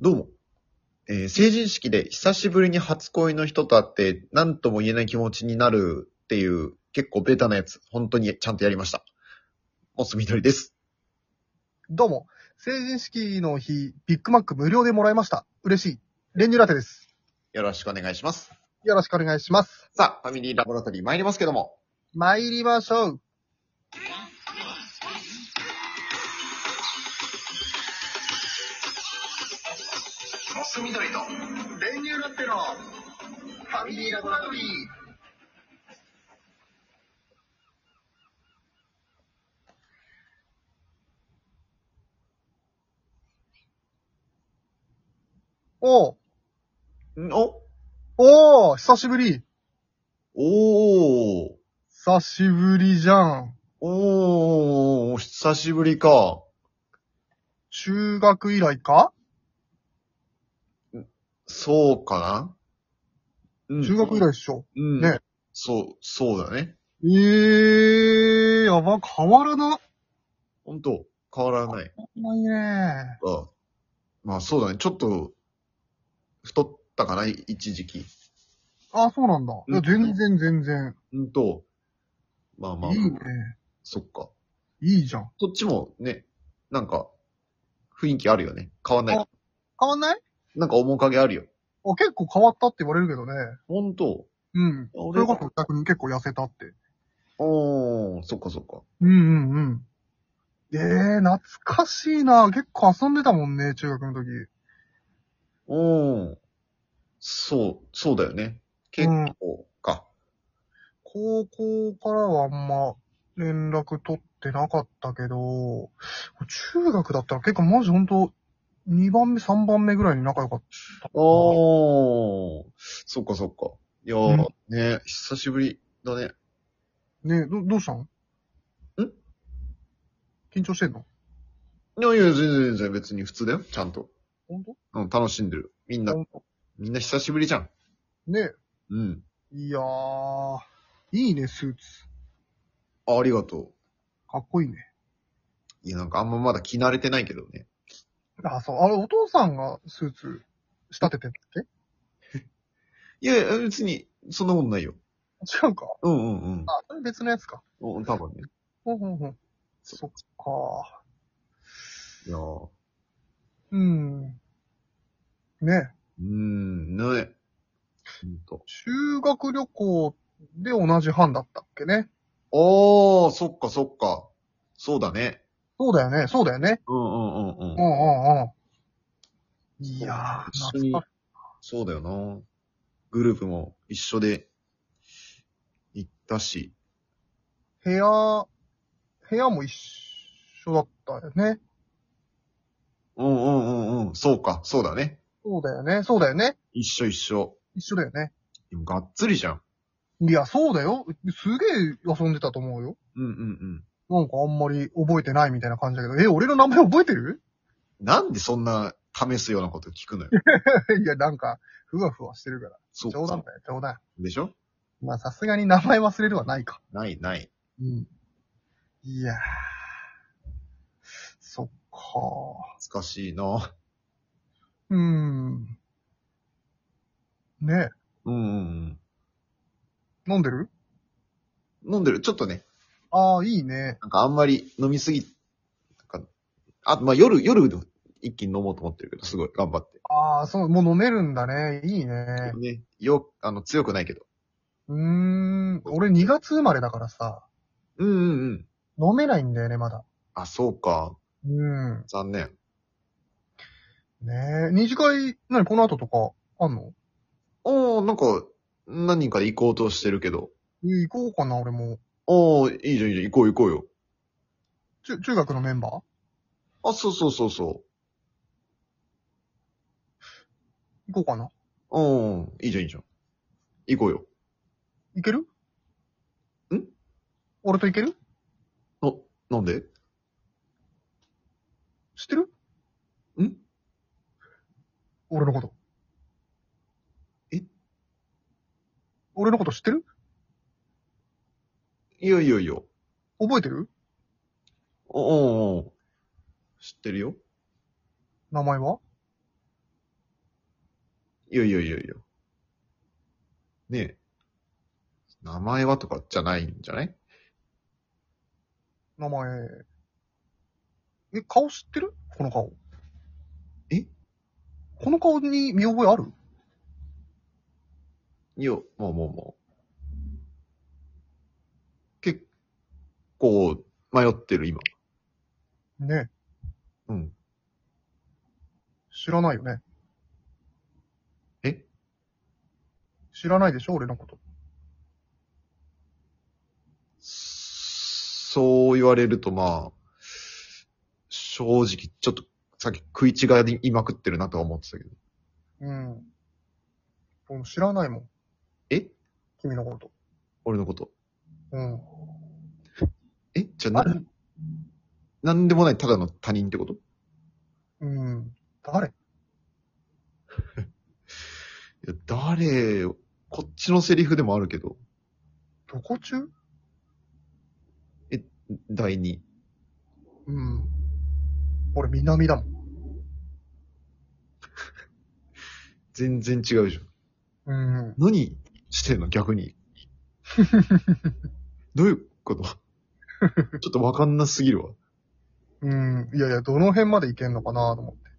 どうも。えー成人式で久しぶりに初恋の人と会って何とも言えない気持ちになるっていう結構ベタなやつ、本当にちゃんとやりました。モスみどりです。どうも。成人式の日、ビッグマック無料でもらいました。嬉しい。練乳ラテです。よろしくお願いします。よろしくお願いします。さあ、ファミリーラボラトリー参りますけども。参りましょう。モスみどりと練乳ラテのファミリーラボラトリー。おうおおう久しぶり。おー。久しぶりじゃん。おー、久しぶりか。中学以来か、そうかな、うん、中学以来っしょ。うん。ねそう、そうだね。ええー、やば、変わらな。本当変わらない。ないね。あまあそうだね。ちょっと、太ったかな、い一時期。あ、そうなんだ。いや、全然全然。うんと、まあまあ、いいね。そっか。いいじゃん。そっちもね、なんか、雰囲気あるよね。変わんないあ。変わんないなんか面影あるよ。あ、結構変わったって言われるけどね。ほんとうん。そ俺れこそ逆に結構痩せたって。おー、そっかそっか。うんうんうん。ええー、懐かしいな。結構遊んでたもんね、中学の時。おー。そう、そうだよね。結構か。高校からはあんま連絡取ってなかったけど、中学だったら結構マジほんと、2番目、3番目ぐらいに仲良かった。おー。そっかそっか。いやー、ね、久しぶりだね。ねえ、ど、どうしたのん緊張してんのいやいや、全然全然別に普通だよ。ちゃんと。ほんとうん、楽しんでる。みんなほ、んとみんな久しぶりじゃん。ねうん。え、いやー、いいね、スーツ。あありがとかっこいいね。う。いや、なんかあんままだ着慣れてないけどね。あ、そう、あれ、お父さんがスーツ仕立ててんだっけいやいや、別に、そんなことないよ。違うかうんうんうんあ、それ別のやつか。お。多分ね。ほんほんほん。そっかいやーうん。ねえ、うーん、ね。ほんと。修学旅行で同じ班だったっけね。あー、そっかそっか。そうだね。そうだよね、そうだよね。うんうんうんうんうん。うんうん。いやー、一緒に懐かしい。そうだよな。グループも一緒で、行ったし。部屋、部屋も一緒だったよね。うんうんうんうん。そうか、そうだね。そうだよね、そうだよね。一緒一緒。一緒だよね。でもがっつりじゃん。いや、そうだよ。すげえ遊んでたと思うよ。うんうんうん。なんかあんまり覚えてないみたいな感じだけど、え、俺の名前覚えてる なんでそんな試すようなこと聞くの よ。いや、なんか、ふわふわしてるから。そう冗談か。だよ、冗談。でしょまあ、さすがに名前忘れるはないか。ないない。うん。いやー。そっか懐かしいな。ー。うーん。ねうんうんえ、飲んでるうん。飲んでる。ちょっとね、ああ、いいね。なんかあんまり飲みすぎ、なんか、あ、まあ夜、夜でも一気に飲もうと思ってるけど、すごい頑張って。ああ、そう、もう飲めるんだね。いいね。ね、よ、あの、強くないけど。うーん。俺2月生まれだからさ、うんうんうん。飲めないんだよね、まだ。あ、そうか。うん。残念。ねえ。二次会、なに、この後とか、あんのおー、なんか、何人かで行こうとしてるけど。行こうかな、俺も。おー、いいじゃんいいじゃん。行こう行こうよ。中、中学のメンバーあ、そうそうそうそ行こうかな。う。おー、いいじゃんいいじゃん。行こうよ。行けるん俺と行けるお、なんで知ってるん俺のこと。え俺のこと知ってるいやいやいや。覚えてるおおお知ってるよ。名前はいやいやいやいや。ねえ。名前はとかじゃないんじゃない名前。え、顔知ってるこの顔。えこの顔に見覚えあるいや、まあまあまあ。結構迷ってる今。ねえうん。知らないよね。え知らないでしょ俺のこと。そう言われるとまあ、正直ちょっとさっき食い違いまくってるなとは思ってたけど。うん。俺も知らないもん。え君のこと。俺のこと。うん。えじゃあなん、なんでもないただの他人ってことうん。誰いや、誰、こっちのセリフでもあるけど、どこ中第二。うん。俺、南だもん。全然違うじゃん。うん。何してんの逆に。どういうことちょっとわかんなすぎるわ。うん。いやいや、どの辺までいけんのかなと思って。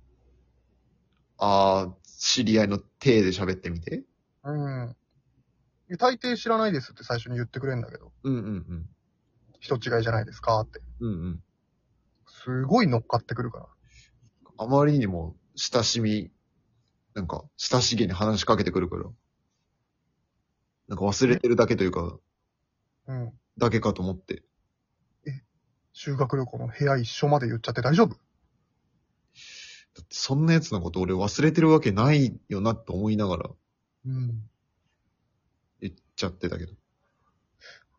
あー、知り合いの体で喋ってみて。うん。いや大抵知らないですって最初に言ってくれるんだけど、うんうんうん。人違いじゃないですかって。うんうん。すごい乗っかってくるから。あまりにも親しみ、なんか、親しげに話しかけてくるから。なんか忘れてるだけというか、うん。だけかと思って。修学旅行の部屋一緒まで言っちゃって大丈夫だってそんな奴のこと俺忘れてるわけないよなって思いながらうん。言っちゃってたけど。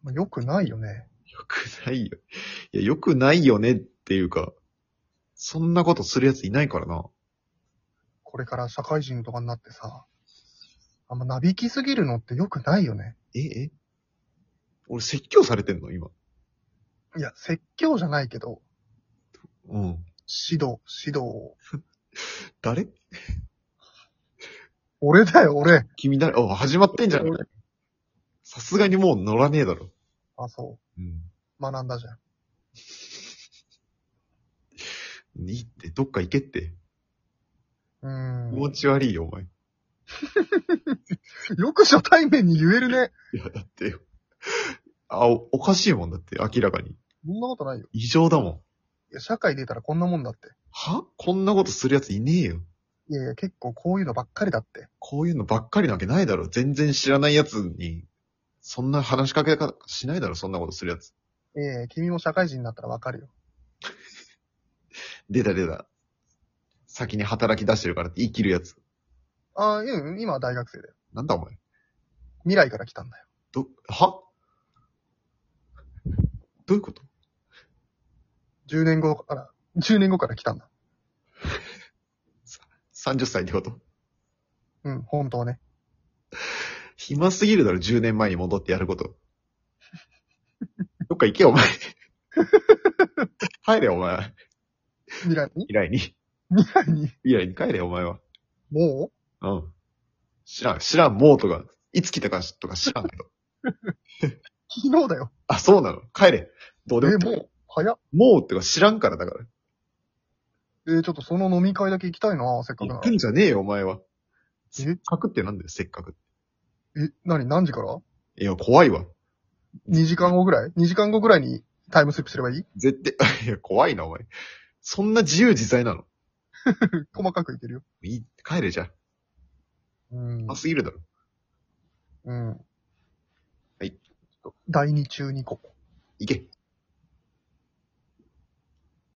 まあ、よくないよね。よくないよ。いや、よくないよねっていうか、そんなことするやついないからな。これから社会人とかになってさ、あんまなびきすぎるのってよくないよね。え、え俺説教されてんの今。いや、説教じゃないけど、うん。指導、指導。誰俺だよ、俺。君誰あ、始まってんじゃん。さすがにもう乗らねえだろ。あ、そうん。う。学んだじゃん。いいって、どっか行けって。うん。気持ち悪いよ、お前。よく初対面に言えるね。いや、だってよ。あ、おおかしいもんだって、明らかに。そんなことないよ。異常だもん。いや、社会出たらこんなもんだって。はこんなことするやついねえよ。いやいや、結構こういうのばっかりだって。こういうのばっかりなわけないだろ。全然知らないやつに、そんな話しかけかしないだろ、そんなことするやつ。ええ君も社会人になったらわかるよ。出た出た。先に働き出してるからって生きるやつ。ああ、うん、今は大学生だよ。なんだお前。未来から来たんだよ。ど、はどういうこと10年後から、10年後から来たんだ。 ?30 歳ってことうん、本当はね。暇すぎるだろ、10年前に戻ってやること。どっか行けよ、お前。帰れよ、お前。未来に未来に。未来に未来に帰れよ、お前は。もうん。知らん、知らん、もうとか、いつ来たかとか知らんけど。う昨日だよ。あ、そうなの帰れ。どうえでもいい。もう早っ。もうってか知らんからだから。えーちょっとその飲み会だけ行きたいな、せっかく行なくら。んじゃねえよ、お前は。えせっかくってなんだよ、せっかく。え、なに何時からいや、怖いわ。 ?2 時間後ぐらい ?2 時間後ぐらいにタイムスリップすればいい絶対、 いや、怖いな、お前。そんな自由自在なの。細かくいけるよ。いい帰れじゃん。うんま。すぎるだろ。うん。はい。第2中2個。行け。